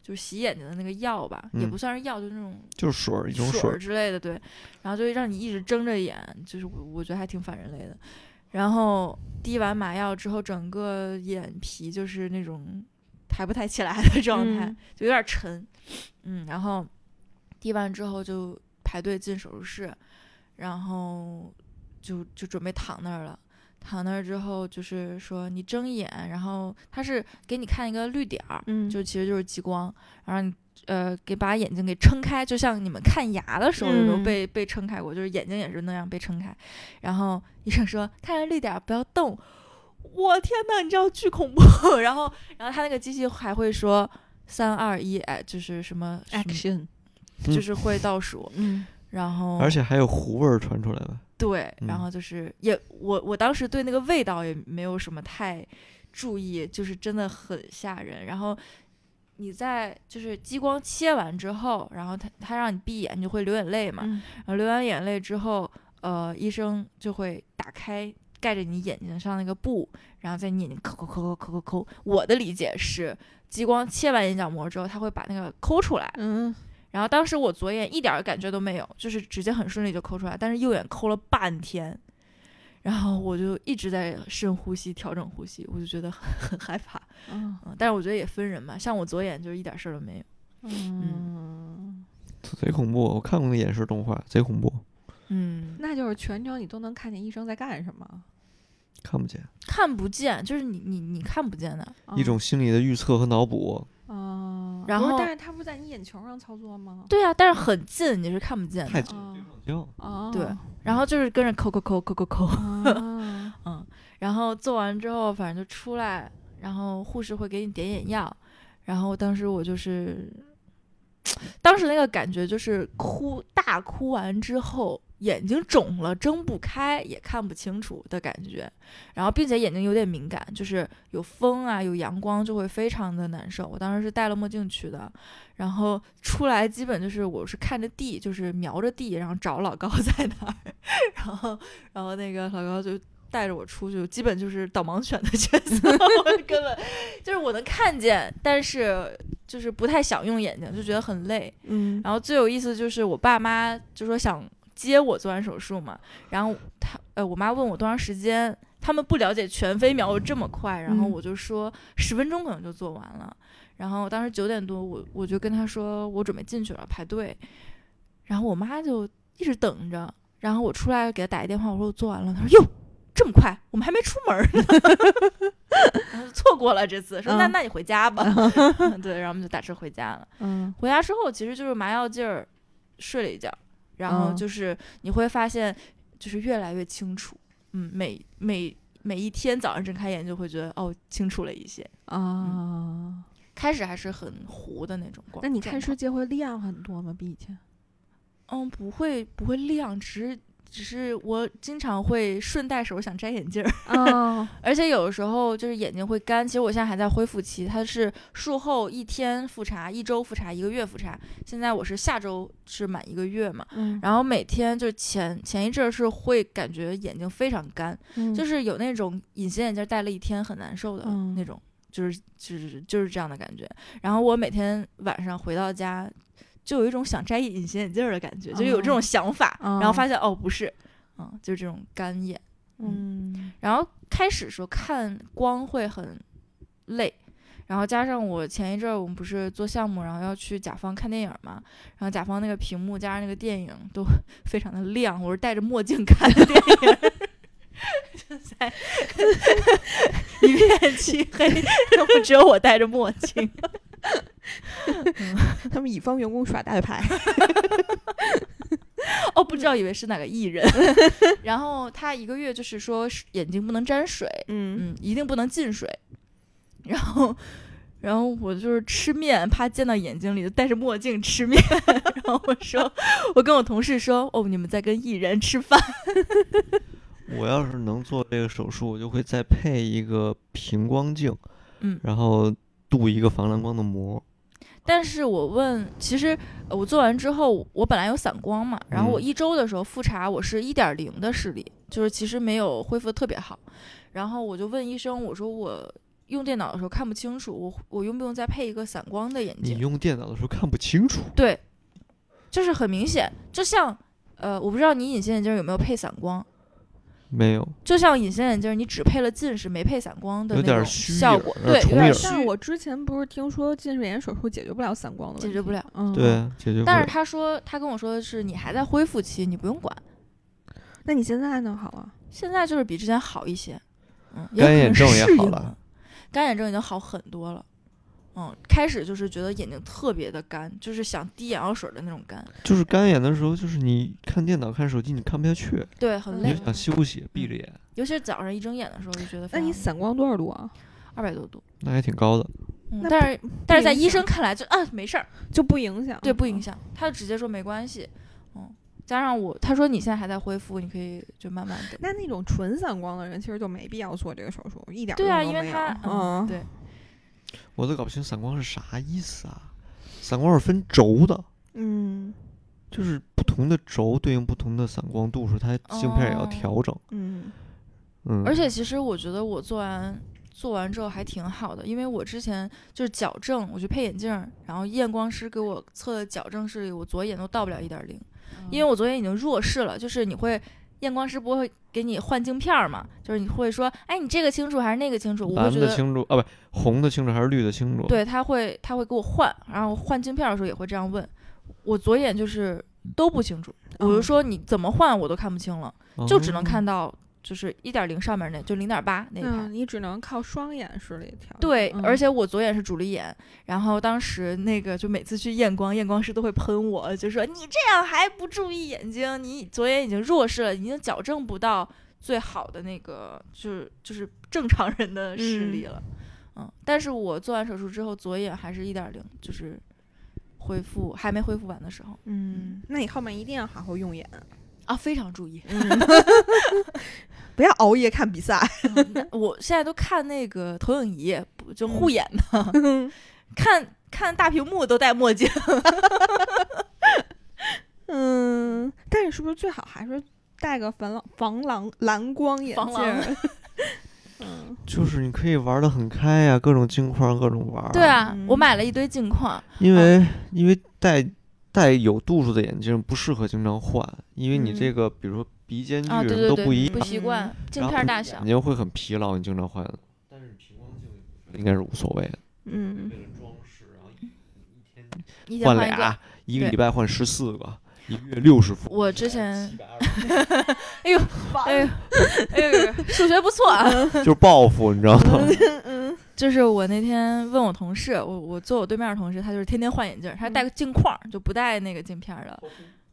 Speaker 1: 就是洗眼睛的那个药吧，也
Speaker 2: 嗯
Speaker 1: 不算是药，就是那种
Speaker 2: 就是水儿，一种
Speaker 1: 水
Speaker 2: 水
Speaker 1: 儿。之类的，对，然后就让你一直睁着眼，就是我我觉得还挺反人类的。然后滴完麻药之后，整个眼皮就是那种抬不抬起来的状态，
Speaker 3: 嗯
Speaker 1: 就有点沉，嗯，然后滴完之后就排队进手术室，然后就就准备躺那儿了。躺那儿之后，就是说你睁眼，然后他是给你看一个绿点儿，
Speaker 3: 嗯
Speaker 1: 就其实就是激光，然后你呃给把眼睛给撑开，就像你们看牙的时候有没有
Speaker 3: 嗯
Speaker 1: 被、被撑开过，就是眼睛也是那样被撑开。然后医生说看着绿点儿不要动，我天呐，你知道巨恐怖。 然后然后他那个机器还会说三二一，哎，就是什么什么
Speaker 3: action，
Speaker 2: 嗯
Speaker 1: 就是会倒数，
Speaker 3: 嗯
Speaker 1: 然后
Speaker 2: 而且还有糊味儿传出来吧？
Speaker 1: 对，然
Speaker 2: 嗯
Speaker 1: 后就是也我我当时对那个味道也没有什么太注意，就是真的很吓人。然后你在就是激光切完之后，然后他他让你闭眼，你就会流眼泪嘛。
Speaker 3: 嗯
Speaker 1: 然后流完眼泪之后，呃，医生就会打开盖着你眼睛上那个布，然后在你眼睛抠抠抠抠抠抠抠。我的理解是，激光切完眼角膜之后，他会把那个抠出来。
Speaker 3: 嗯，
Speaker 1: 然后当时我左眼一点儿感觉都没有，就是直接很顺利就抠出来，但是右眼抠了半天，然后我就一直在深呼吸调整呼吸，我就觉得很很害怕。
Speaker 3: 嗯
Speaker 1: 嗯，但是我觉得也分人嘛，像我左眼就是一点事儿都没有。
Speaker 3: 嗯，
Speaker 2: 贼恐怖！我看过那眼神动画，贼恐怖，
Speaker 1: 嗯，
Speaker 3: 那就是全程你都能看见医生在干什么，
Speaker 2: 看不见。
Speaker 1: 看不见，就是你你你看不见的。
Speaker 2: 一种心理的预测和脑补，
Speaker 3: 啊，
Speaker 1: 然
Speaker 3: 不是
Speaker 1: 后
Speaker 3: 但是他不是在你眼球上操作吗？
Speaker 1: 对啊，但是很近，你是看不见
Speaker 2: 太
Speaker 1: 的。
Speaker 2: 近了
Speaker 3: 啊
Speaker 2: 对不上焦。
Speaker 3: 啊，
Speaker 1: 对 然后就是跟着抠抠抠抠抠抠，
Speaker 3: 啊，
Speaker 1: 然后做完之后，反正就出来，然后护士会给你点眼药，然后当时我就是，当时那个感觉就是哭大哭完之后，眼睛肿了，睁不开，也看不清楚的感觉，然后并且眼睛有点敏感，就是有风啊，有阳光就会非常的难受。我当时是戴了墨镜去的，然后出来基本就是我是看着地，就是瞄着地，然后找老高在哪儿， 然后然后那个老高就带着我出去，基本就是导盲犬的角色， 我根本就是我能看见，但是就是不太想用眼睛，就觉得很累。
Speaker 3: 嗯
Speaker 1: 然后最有意思就是我爸妈就说想接我做完手术嘛，然后他呃我妈问我多长时间，他们不了解全飞秒有这么快，然后
Speaker 3: 嗯
Speaker 1: 我就说十分钟可能就做完了。然后当时九点多我我就跟他说我准备进去了排队，然后我妈就一直等着，然后我出来给她打一电话，我说我做完了，她说哟。这么快，我们还没出门儿呢， 然后就错过了这次。说那
Speaker 3: 嗯
Speaker 1: 那你回家 吧， 对，然后我们就打车回家了。
Speaker 3: 嗯
Speaker 1: 回家之后，其实就是麻药劲儿，睡了一觉，然后
Speaker 3: 嗯
Speaker 1: 就是你会发现，就是越来越清楚。嗯，每每每一天早上睁开眼就会觉得哦，清楚了一些。嗯
Speaker 3: 啊，
Speaker 1: 开始还是很糊的那种光。
Speaker 3: 那你看
Speaker 1: 状
Speaker 3: 世界会亮很多吗？比以前？
Speaker 1: 况嗯，不会不会亮，只是只是我经常会顺带手想摘眼镜儿，
Speaker 3: 哦，
Speaker 1: 而且有的时候就是眼睛会干。其实我现在还在恢复期，它是术后一天复查、一周复查、一个月复查。现在我是下周是满一个月嘛，
Speaker 3: 嗯，
Speaker 1: 然后每天就是前前一阵儿是会感觉眼睛非常干，就是是有那种隐形眼镜戴了一天很难受的
Speaker 3: 嗯
Speaker 1: 那种，就是就是就是这样的感觉。然后我每天晚上回到家，就有一种想摘隐形眼镜儿的感觉，就有这种想法，然后发现哦不是，嗯，就是这种干眼。
Speaker 3: 嗯
Speaker 1: 然后开始时候看光会很累，然后加上我前一阵儿我们不是做项目，然后要去甲方看电影嘛，然后甲方那个屏幕加上那个电影都 非常的亮，我是戴着墨镜看的电影，就在 一片漆黑，然后只有我戴着墨镜。
Speaker 4: 他们乙方员工耍大牌，
Speaker 1: 哦，不知道以为是哪个艺人， 然后他一个月就是说是眼睛不能沾水，
Speaker 4: 嗯，
Speaker 1: 嗯，一定不能进水。 然后，然后我就是吃面，怕溅到眼睛里，就戴着墨镜吃面。 然后我说，我跟我同事说，哦，你们在跟艺人吃饭。
Speaker 2: 我要是能做这个手术，我就会再配一个平光镜，
Speaker 1: 嗯
Speaker 2: 然后镀一个防蓝光的膜。
Speaker 1: 但是我问，其实呃我做完之后，我本来有散光嘛，然后我
Speaker 2: 嗯
Speaker 1: 一周的时候复查，我是一点零的视力，就是其实没有恢复的特别好。然后我就问医生，我说我用电脑的时候看不清楚，我我用不用再配一个散光的眼镜
Speaker 2: 你？用电脑的时候看不清楚，
Speaker 1: 对，就是很明显，就像呃，我不知道你隐形眼镜有没有配散光，
Speaker 2: 没有？
Speaker 1: 就像隐形眼镜你只配了近视没配散光的
Speaker 2: 有
Speaker 1: 那
Speaker 2: 点
Speaker 1: 种
Speaker 2: 虚
Speaker 1: 效
Speaker 2: 影
Speaker 1: 果，
Speaker 2: 有
Speaker 1: 对，
Speaker 2: 点
Speaker 1: 有
Speaker 2: 重
Speaker 1: 点
Speaker 2: 影
Speaker 1: 虚，
Speaker 3: 但我之前不是听说近视眼手术解决不了散光的问题，
Speaker 1: 解决不了。
Speaker 3: 嗯，
Speaker 2: 对，啊，解决不
Speaker 1: 但
Speaker 2: 了
Speaker 1: 是。他说，他跟我说的是你还在恢复期，你不用管。
Speaker 3: 那你现在呢？好啊了，
Speaker 1: 现在就是比之前好一些，嗯，
Speaker 2: 干
Speaker 1: 可
Speaker 2: 眼
Speaker 1: 能
Speaker 2: 症
Speaker 1: 是
Speaker 2: 也
Speaker 1: 适
Speaker 2: 好
Speaker 1: 应
Speaker 2: 了，
Speaker 1: 干眼症已经好很多了。嗯，开始就是觉得眼睛特别的干，就是想滴眼药水的那种干，
Speaker 2: 就是干眼的时候，就是你看电脑、看手机，你看不下去，
Speaker 1: 对，很
Speaker 3: 嗯
Speaker 2: 你
Speaker 1: 累嗯
Speaker 2: 就，想休息，闭着眼，
Speaker 1: 尤其是早上一睁眼的时候就觉得非
Speaker 3: 那
Speaker 1: 常累。
Speaker 3: 你散光多少度啊？
Speaker 1: 二百多度，
Speaker 2: 那还挺高的。
Speaker 1: 嗯
Speaker 3: 那
Speaker 1: 但
Speaker 3: 不
Speaker 1: 是但是在
Speaker 3: 影
Speaker 1: 医
Speaker 3: 响嗯
Speaker 1: 生看来就啊没事儿，
Speaker 3: 就不影响，
Speaker 1: 对，不影。响，他就直接说没关系，嗯，加上我他说你现在还在恢复，你可以就慢慢的，
Speaker 3: 那那种纯散光的人，其实就没必要做这个手术，一点
Speaker 1: 对
Speaker 3: 用
Speaker 1: 啊，
Speaker 3: 都
Speaker 1: 因为
Speaker 3: 没
Speaker 1: 他
Speaker 3: 有
Speaker 1: 嗯
Speaker 3: 嗯，
Speaker 1: 对，
Speaker 2: 我都搞不清散光是啥意思啊！散光是分轴的，
Speaker 3: 嗯
Speaker 2: 就是不同的轴对应不同的散光度数，它镜片也要
Speaker 1: 哦
Speaker 2: 调整。
Speaker 3: 嗯
Speaker 2: 嗯，
Speaker 1: 而且其实我觉得我做完做完之后还挺好的，因为我之前就是矫正，我去配眼镜儿，然后验光师给我测的矫正视力，我左眼都到不了一点零，因为我左眼已经弱视了，就是你会。验光师不会给你换镜片儿嘛？就是你会说，哎，你这个清楚还是那个清楚？我会
Speaker 2: 蓝
Speaker 1: 觉
Speaker 2: 的
Speaker 1: 得
Speaker 2: 清楚啊，不，红的清楚还是绿的清楚？，
Speaker 1: 对，他会他会给我换，然后换镜片儿的时候也会这样问。我左眼就是都不清楚，我就
Speaker 3: 嗯
Speaker 1: 说你怎么换我都看不清了，就只
Speaker 2: 哦
Speaker 1: 能看。到就是一点零上面那，就零点八那一排。
Speaker 3: 嗯，你只能靠双眼视力调节。
Speaker 1: 对，
Speaker 3: 嗯
Speaker 1: 而且我左眼是主力眼，然后当时那个就每次去验光，验光师都会喷我，就说你这样还不注意眼睛，你左眼已经弱视了，已经矫正不到最好的那个，就是就是正常人的视力了。嗯但是我做完手术之后，左眼还是一点零，就是恢复还没恢复完的时候
Speaker 3: 嗯，那你后面一定要好好用眼，
Speaker 1: 啊，非常注意。
Speaker 4: 不要熬夜看比赛。
Speaker 1: 嗯那我现在都看那个投影仪，不就护眼的， 看看大屏幕都戴墨镜。
Speaker 3: 嗯，但是是不是最好还是戴个防狼防狼蓝光眼
Speaker 1: 防
Speaker 3: 镜
Speaker 1: 狼
Speaker 3: 儿？嗯，
Speaker 2: 就是你可以玩的很开呀、各种镜框各种玩。
Speaker 1: 对，啊，嗯我
Speaker 3: 嗯
Speaker 1: 买了一堆镜框，
Speaker 2: 因为、因为戴戴有度数的眼镜不适合经常换，因为你这
Speaker 3: 嗯
Speaker 2: 个、比如说鼻间距
Speaker 1: 啊，
Speaker 2: 什
Speaker 1: 对
Speaker 2: 么
Speaker 1: 对
Speaker 2: 都
Speaker 1: 对，
Speaker 2: 一样，
Speaker 1: 不习惯镜
Speaker 2: 然后
Speaker 1: 片
Speaker 2: 你
Speaker 1: 大小
Speaker 2: 眼。睛会很疲劳，你经常换。但是平光镜应该是无所谓的，
Speaker 3: 嗯
Speaker 2: 为了装饰，然后
Speaker 1: 一天
Speaker 2: 换
Speaker 1: 换一个
Speaker 2: 俩。，一个
Speaker 1: 对
Speaker 2: 礼拜换十四个，一个月六十副。
Speaker 1: 我之前，
Speaker 2: 720
Speaker 1: 哎 呦，哎呦，数学不错啊。
Speaker 2: 就是报复，你知道吗？嗯
Speaker 1: 就是我那天问我同事，我我坐我对面的同事，他就是天天换眼镜，他戴个镜框，就不戴那个镜片了。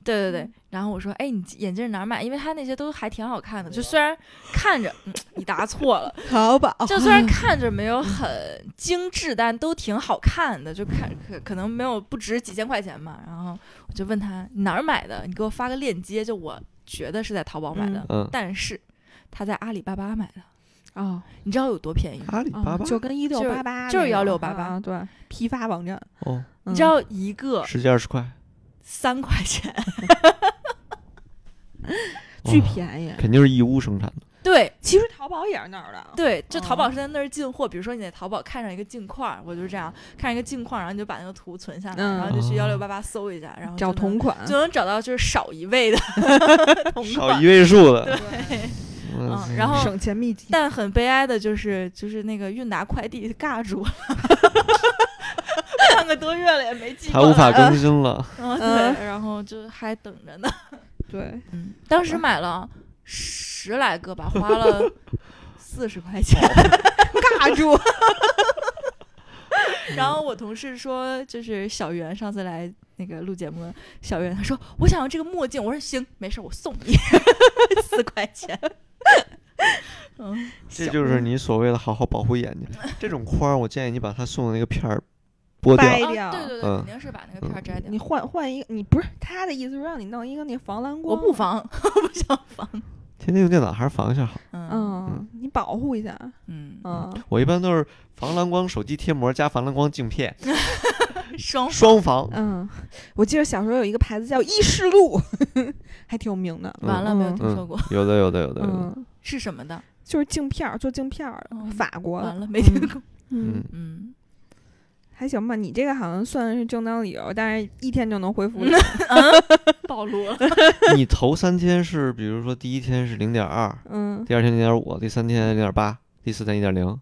Speaker 1: 对对对，然后我说，哎，你眼镜哪儿买？因为他那些都还挺好看的，就虽然看着，嗯你答错了，
Speaker 4: 淘
Speaker 5: 哦
Speaker 4: 宝
Speaker 1: 就 虽然看着没有很精致，但都挺好看的，就看可可能没有不值几千块钱嘛。然后我就问他你哪儿买的，你给我发个链接，就我觉得是在淘宝买的，
Speaker 2: 嗯，
Speaker 1: 但是他在阿里巴巴买的，
Speaker 5: 哦，
Speaker 1: 你知道有多便宜吗？
Speaker 2: 阿里
Speaker 5: 啊
Speaker 3: 哦
Speaker 2: 巴巴
Speaker 5: 就跟一六八八
Speaker 1: 就是
Speaker 5: 啊，
Speaker 1: 1688
Speaker 5: 对，
Speaker 3: 批发网站，嗯
Speaker 2: 哦，
Speaker 1: 你知道一个
Speaker 2: 十几二十块，
Speaker 1: 三块钱，
Speaker 2: 哦
Speaker 5: 巨便宜。
Speaker 2: 肯定是义乌生产的。
Speaker 1: 对
Speaker 5: 其实淘宝也是那儿的，
Speaker 1: 嗯 对，这淘
Speaker 5: 哦
Speaker 1: 宝是在那儿进货，比如说你在淘宝看上一个镜框儿，我就是这样看上一个镜框儿，然后你就把那个图存下来，
Speaker 5: 嗯
Speaker 1: 然后就去幺
Speaker 2: 哦
Speaker 1: 六八八搜一下，
Speaker 3: 啊
Speaker 1: 然后
Speaker 5: 找
Speaker 1: 就能
Speaker 5: 同款，
Speaker 1: 就能找到就是少 一位的同
Speaker 2: 少
Speaker 1: 款
Speaker 2: 一。位数的。
Speaker 1: 嗯
Speaker 2: 哇塞
Speaker 1: 然后
Speaker 3: 省钱秘籍。
Speaker 1: 但很悲哀的就是，就是那个韵达快递尬住了， 半个多月了也没寄
Speaker 2: 它
Speaker 1: 过来。
Speaker 2: 无法更新了，
Speaker 1: 嗯，
Speaker 3: 嗯
Speaker 1: 对，然后就还等着呢。
Speaker 5: 对，
Speaker 1: 嗯， 当时买了十来个吧，花了四十块钱，
Speaker 2: 哦
Speaker 1: 尬住。 然后我同事说，就是小袁上次来那个录节目，小袁他说我想要这个墨镜，我说行，没事，我送你四块钱。嗯，
Speaker 2: 这就是你所谓的好好保护眼睛。这种框儿，我建议你把它送的那个片儿剥
Speaker 3: 掰
Speaker 2: 掉。
Speaker 1: 哦
Speaker 3: 掉
Speaker 1: 对对对，
Speaker 2: 嗯
Speaker 1: 肯定是把那个片儿摘掉
Speaker 3: 你。换换一个，你不是他的意思，是让你弄一个那防蓝
Speaker 1: 我
Speaker 3: 光。
Speaker 1: 不，防， 我不想防。
Speaker 2: 天天用电脑还是防一下好。
Speaker 1: 嗯
Speaker 5: 嗯，
Speaker 3: 你保护一下。
Speaker 1: 嗯，
Speaker 3: 嗯，
Speaker 2: 我一般都是防蓝光手机贴膜加防蓝光镜片，
Speaker 1: 双
Speaker 2: 双防。
Speaker 3: 嗯，我记得小时候有一个牌子叫伊士路， 还挺有名的。
Speaker 1: 完
Speaker 2: 嗯
Speaker 1: 了没有听说过，
Speaker 2: 有的，有的，有的，有的。
Speaker 3: 嗯，
Speaker 1: 是什么的？
Speaker 3: 就是镜片儿，做镜片儿的
Speaker 1: 嗯，
Speaker 3: 法国
Speaker 1: 完
Speaker 3: 的。
Speaker 1: 了没听过。
Speaker 2: 嗯，，
Speaker 1: 嗯，
Speaker 3: 还行吧。你这个好像算是正当理由，但是一天就能 恢复。
Speaker 1: 暴露了。
Speaker 2: 你头三天是，比如说第一天是零点二，
Speaker 3: 嗯，
Speaker 2: 第二天零点五，第三天零点八，第四天一点零，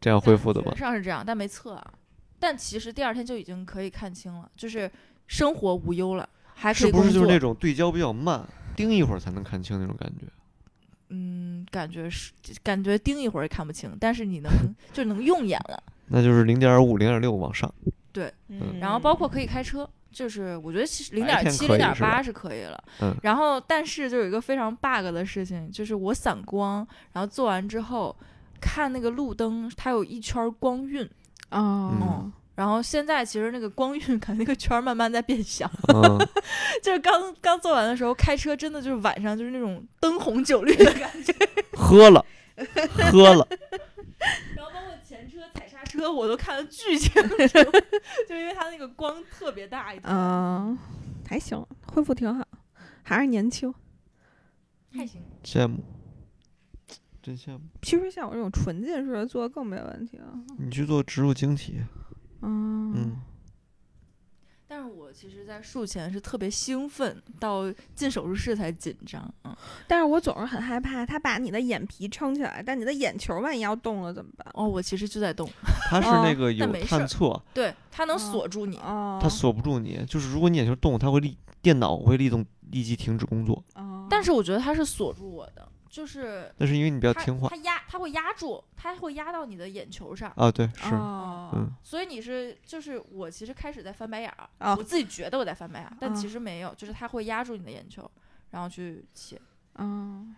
Speaker 2: 这样恢复的吧
Speaker 1: 感觉？上是这样，但没测啊。但其实第二天就已经可以看清了，就是生活无忧了，还可
Speaker 2: 是
Speaker 1: 以
Speaker 2: 不
Speaker 1: 工
Speaker 2: 是
Speaker 1: 作。
Speaker 2: 就是那种对焦比较慢，盯一会儿才能看清那种感觉？
Speaker 1: 嗯，感觉是感觉盯一会儿也看不清，但是你 能就能用眼了。
Speaker 2: 那就是零点五、零点六往上。嗯
Speaker 1: 然后包括可以开车，就是我觉得其实零
Speaker 2: 白
Speaker 1: 点
Speaker 2: 天
Speaker 1: 七、
Speaker 2: 可
Speaker 1: 零
Speaker 2: 以
Speaker 1: 点
Speaker 2: 是吧
Speaker 1: 八是可以了。
Speaker 2: 嗯
Speaker 1: 然后，但是就有一个非常 bug 的事情，就是我散光，然后做完之后看那个路灯，它有一圈儿光晕。
Speaker 5: 哦
Speaker 2: 嗯，
Speaker 1: 然后现在其实那个光晕， 感觉那个圈儿慢慢在变小。
Speaker 2: 嗯，
Speaker 1: 就是刚刚做完的时候，开车真的就是晚上就是那种灯红酒绿的感觉。
Speaker 2: 喝了，喝了。
Speaker 1: 然后包括前车踩刹车，我都看得巨清楚， 就因为它那个光特别大一点。
Speaker 3: 嗯，还行，恢复挺好，还是年轻。
Speaker 1: 还行，
Speaker 2: 羡慕，真羡慕。
Speaker 3: 其实像我这种纯近视的做更没问题了。
Speaker 2: 你去做植入晶体，
Speaker 3: 嗯
Speaker 2: 嗯，
Speaker 1: 但是我其实，在术前是特别兴奋，到进手术室才紧张。嗯，
Speaker 3: 但是我总是很害怕他把你的眼皮撑起来，但你的眼球万一要动了怎么办？
Speaker 1: 哦，我其实就在动，
Speaker 2: 它是那个有
Speaker 1: 哦但没事
Speaker 2: 探
Speaker 1: 儿
Speaker 2: 测，
Speaker 1: 对，它能
Speaker 3: 嗯
Speaker 1: 锁住你。
Speaker 3: 哦，
Speaker 2: 它锁不住你。就是如果你眼球动，它会立电脑会立动立即停止工作，
Speaker 3: 哦，
Speaker 1: 但是我觉得它是锁住我的，就是
Speaker 2: 那是因为你比较
Speaker 1: 它
Speaker 2: 听话
Speaker 1: 它压，它会压住，它会压到你的眼球上。
Speaker 2: 啊。对，是，
Speaker 3: 哦
Speaker 2: 嗯，
Speaker 1: 所以你是就是我其实开始在翻白眼儿、
Speaker 3: 哦
Speaker 1: 我自己觉得我在翻白眼儿，但
Speaker 3: 哦
Speaker 1: 其实没有，就是它会压住你的眼球，然后去切。
Speaker 3: 嗯，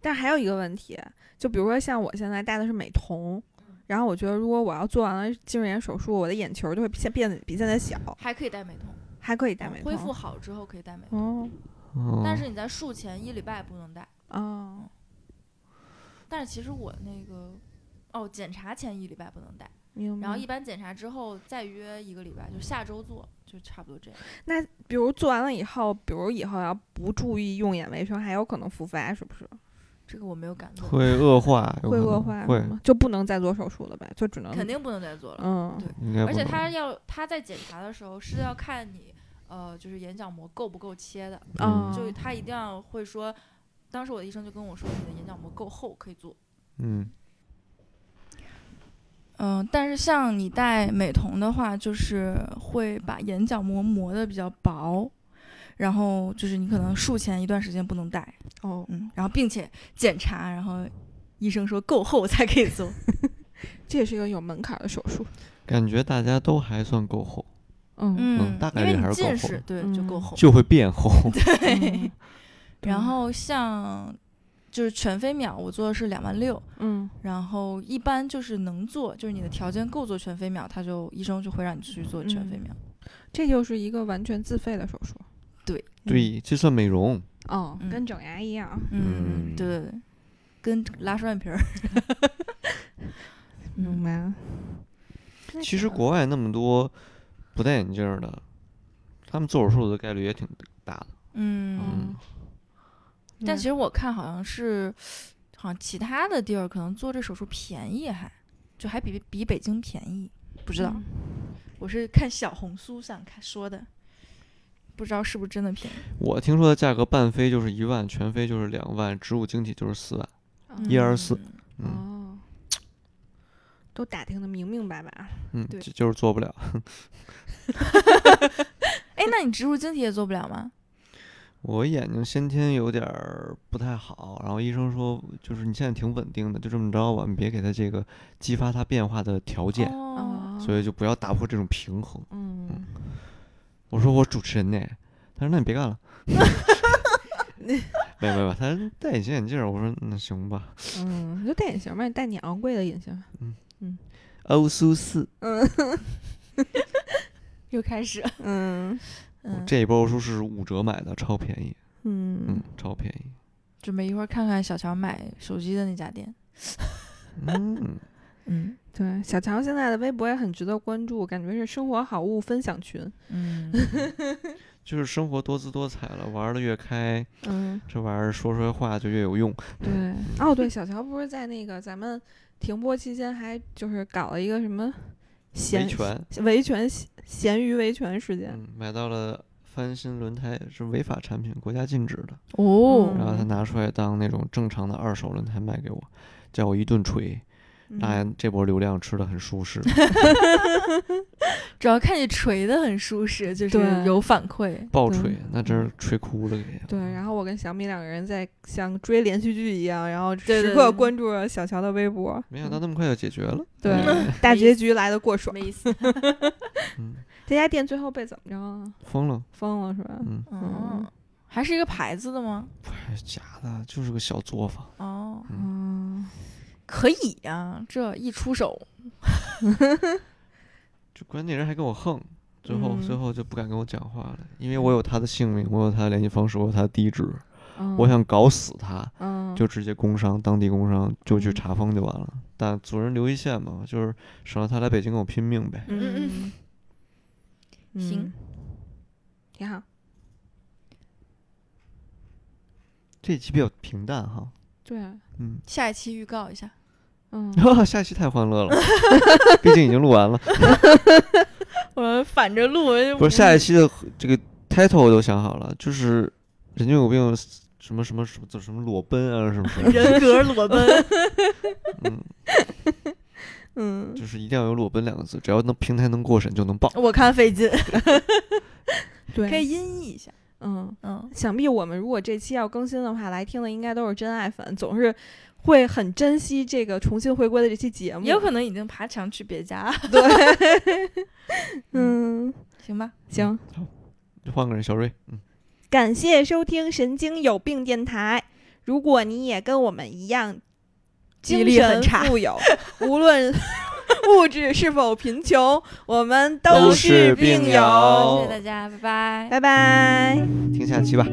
Speaker 3: 但还有一个问题，就比如说像我现在戴的是美瞳，然后我觉得如果我要做完了近视眼手术，我的眼球就会比现变得比现在小，
Speaker 1: 还可以戴美瞳，
Speaker 3: 还可以戴美瞳。
Speaker 1: 恢复好之后可以戴美瞳，
Speaker 3: 哦
Speaker 2: 嗯
Speaker 1: 但是你在术前一礼拜不能戴。
Speaker 3: 哦，
Speaker 1: 但是其实我那个哦，检查前一礼拜不能戴，
Speaker 3: 明白。
Speaker 1: 然后一般检查之后再约一个礼拜，就下周做，就差不多这样。
Speaker 3: 那比如做完了以后，比如以后要不注意用眼卫生，还有可能复发，是不是？
Speaker 1: 这个我没有敢做，
Speaker 2: 会恶化，有
Speaker 3: 会
Speaker 2: 可
Speaker 3: 恶
Speaker 2: 能
Speaker 3: 化
Speaker 2: 会
Speaker 3: 是，吗就不能再做手术了呗，就只能
Speaker 1: 肯定不能再做了。
Speaker 3: 嗯
Speaker 1: 对
Speaker 2: 应该
Speaker 1: 而且
Speaker 2: 不能
Speaker 1: 他要他在检查的时候是要看你呃，就是眼角膜够不够切的。
Speaker 2: 嗯
Speaker 3: 啊
Speaker 1: 就他一定要会说，当时我的医生就跟我说，你的眼角膜够厚，可以做。
Speaker 2: 嗯，
Speaker 1: 嗯，但是像你戴美瞳的话，就是会把眼角膜磨得比较薄，然后就是你可能术前一段时间不能戴，
Speaker 3: 哦，
Speaker 1: 嗯，然后并且检查，然后医生说够厚才可以做。
Speaker 3: 这也是一个有门槛的手术。
Speaker 2: 感觉大家都还算够厚，
Speaker 3: 嗯
Speaker 2: 嗯大概
Speaker 1: 因为
Speaker 2: 率还
Speaker 1: 你
Speaker 2: 是够
Speaker 1: 近
Speaker 2: 厚
Speaker 1: 视，对，
Speaker 3: 嗯
Speaker 1: 就够 厚。
Speaker 2: 就会变厚。
Speaker 1: 对
Speaker 3: 嗯，
Speaker 1: 然后像就是全飞秒，我做的是两万六，
Speaker 3: 嗯
Speaker 1: 然后一般就是能做，就是你的条件够做全飞秒，他就医生就会让你去
Speaker 2: 嗯
Speaker 1: 做全飞秒。
Speaker 3: 这就是一个完全自费的手术。
Speaker 2: 对，这算美容，
Speaker 6: 哦，
Speaker 1: 嗯
Speaker 6: 跟整牙一样，
Speaker 1: 嗯，对对对，跟拉双眼皮儿。
Speaker 6: 明白
Speaker 3: 啊
Speaker 6: 了。那
Speaker 2: 其实
Speaker 6: 挺好
Speaker 2: 国外那么多不戴眼镜儿的，他们做手术的概率也挺大的。
Speaker 1: 嗯，
Speaker 2: 嗯
Speaker 3: 啊
Speaker 1: 但其实我看好像是，好像其他的地儿可能做这手术便宜还，就还比比北京便宜，不知道。
Speaker 6: 嗯
Speaker 1: 我是看小红书上看说的，不知道是不是真的便宜。
Speaker 2: 我听说的价格半飞就是一万，全飞就是两万，植入晶体就是四万。一二四
Speaker 1: 嗯
Speaker 2: ，E 嗯
Speaker 6: 哦，
Speaker 3: 都打听的明明白白。
Speaker 2: 嗯，
Speaker 1: 对
Speaker 2: 就就是做不了。
Speaker 1: 哎，那你植入晶体也做不了吗？
Speaker 2: 我眼睛先天有点儿不太好，然后医生说就是你现在挺稳定的，就这么着吧，你别给他这个激发他变化的条件，
Speaker 1: 哦，
Speaker 2: 所以就不要打破这种平衡。
Speaker 3: 嗯，
Speaker 2: 我说我主持人呢，他说那你别干了。没有没有，他说戴隐形眼镜儿，我说那行吧。
Speaker 3: 嗯，就戴隐形嘛，你戴你昂贵的隐形。
Speaker 2: 欧苏四，
Speaker 1: 又开始。
Speaker 3: 嗯
Speaker 1: 嗯，
Speaker 2: 这一波欧舒是五折买的，超便宜，嗯
Speaker 3: 嗯，，
Speaker 2: 超便宜，
Speaker 1: 准备一会儿看看小乔买手机的那家店。
Speaker 2: 嗯，
Speaker 1: 嗯
Speaker 3: 对，小乔现在的微博也很值得关注，感觉是生活好物分享群。
Speaker 1: 嗯，
Speaker 2: 就是生活多姿多彩了，玩的越开，
Speaker 3: 嗯，
Speaker 2: 这玩意儿说出来话就越有用。
Speaker 3: 对。哦，对，小乔不是在那个咱们停播期间还就是搞了一个什么
Speaker 2: 维
Speaker 3: 闲
Speaker 2: 权，
Speaker 3: 维权咸鱼维权事件。
Speaker 2: 嗯，买到了翻新轮胎是违法产品，国家禁止的，
Speaker 1: 哦，
Speaker 2: 然后他
Speaker 3: 嗯
Speaker 2: 拿出来当那种正常的二手轮胎卖给我，叫我一顿锤，当
Speaker 3: 嗯
Speaker 2: 然这波流量吃的很舒 适，
Speaker 1: 主要看你锤的很舒适，就是
Speaker 3: 对
Speaker 1: 有反馈。
Speaker 2: 爆
Speaker 3: 对嗯
Speaker 2: 锤，那真是锤哭了给。
Speaker 3: 对，然后我跟小米两个人在像追连续剧一样，然后
Speaker 1: 对
Speaker 3: 时
Speaker 1: 对
Speaker 3: 刻
Speaker 1: 对
Speaker 3: 关注小乔的微博。
Speaker 2: 没想
Speaker 3: 嗯
Speaker 2: 到那么快就解决了，
Speaker 3: 对
Speaker 2: 嗯，
Speaker 3: 大
Speaker 1: 没
Speaker 3: 结局来的过爽。
Speaker 1: 没意思。
Speaker 2: 嗯，
Speaker 3: 这家店最后被怎么着了？
Speaker 2: 疯了，
Speaker 3: 封了是吧？
Speaker 2: 嗯，
Speaker 1: 嗯，还是一个牌子的吗？
Speaker 2: 哎，假的，就是个小作坊，
Speaker 1: 哦，
Speaker 3: 嗯，
Speaker 1: 可以呀、啊，这一出手，
Speaker 2: 就关键人还跟我横，最后最
Speaker 3: 嗯
Speaker 2: 后就不敢跟我讲话了，因为我有他的姓名，我有他的联系方式，我有他的地址，
Speaker 3: 嗯
Speaker 2: 我想搞死他，
Speaker 3: 嗯
Speaker 2: 就直接工伤，当地工伤就去
Speaker 3: 嗯
Speaker 2: 查封就完了。但阻人留一线嘛，就是省得他来北京跟我拼命呗。
Speaker 1: 嗯
Speaker 3: 嗯
Speaker 1: 行，
Speaker 3: 挺好。
Speaker 2: 这期比较平淡哈，
Speaker 3: 对，
Speaker 2: 嗯，
Speaker 1: 下一期预告一下，
Speaker 3: 嗯，
Speaker 2: 下期太欢乐了，毕竟已经录完了。
Speaker 1: 我们反着录，
Speaker 2: 不是下一期的这个 title 我都想好了，就是人就有病什么什么什么什么裸奔啊什么什么的，
Speaker 1: 格裸奔，
Speaker 2: 嗯，
Speaker 3: 嗯，
Speaker 2: 就是一定要有裸奔两个字，只要能平台能过审就能报。
Speaker 1: 我看费劲，可
Speaker 3: 对，
Speaker 1: 以音译一下，
Speaker 3: 嗯，
Speaker 1: 嗯，
Speaker 3: 想必我们如果这期要更新的话，来听的应该都是真爱粉，总是会很珍惜这个重新回归的这期节目。
Speaker 1: 也有可能已经爬墙去别家，
Speaker 3: 对，嗯，
Speaker 1: 行吧，
Speaker 3: 行，
Speaker 2: 换个人，小瑞，嗯，
Speaker 3: 感谢收听《神经有病电台》。如果你也跟我们一样，
Speaker 1: 记忆
Speaker 3: 精
Speaker 1: 力很
Speaker 3: 神
Speaker 1: 差
Speaker 3: 富有，无论物质是否贫穷，我们都
Speaker 2: 都是
Speaker 3: 病
Speaker 2: 病友
Speaker 3: 友。
Speaker 1: 谢谢大家，拜拜。
Speaker 3: 拜拜。
Speaker 2: 听下期吧。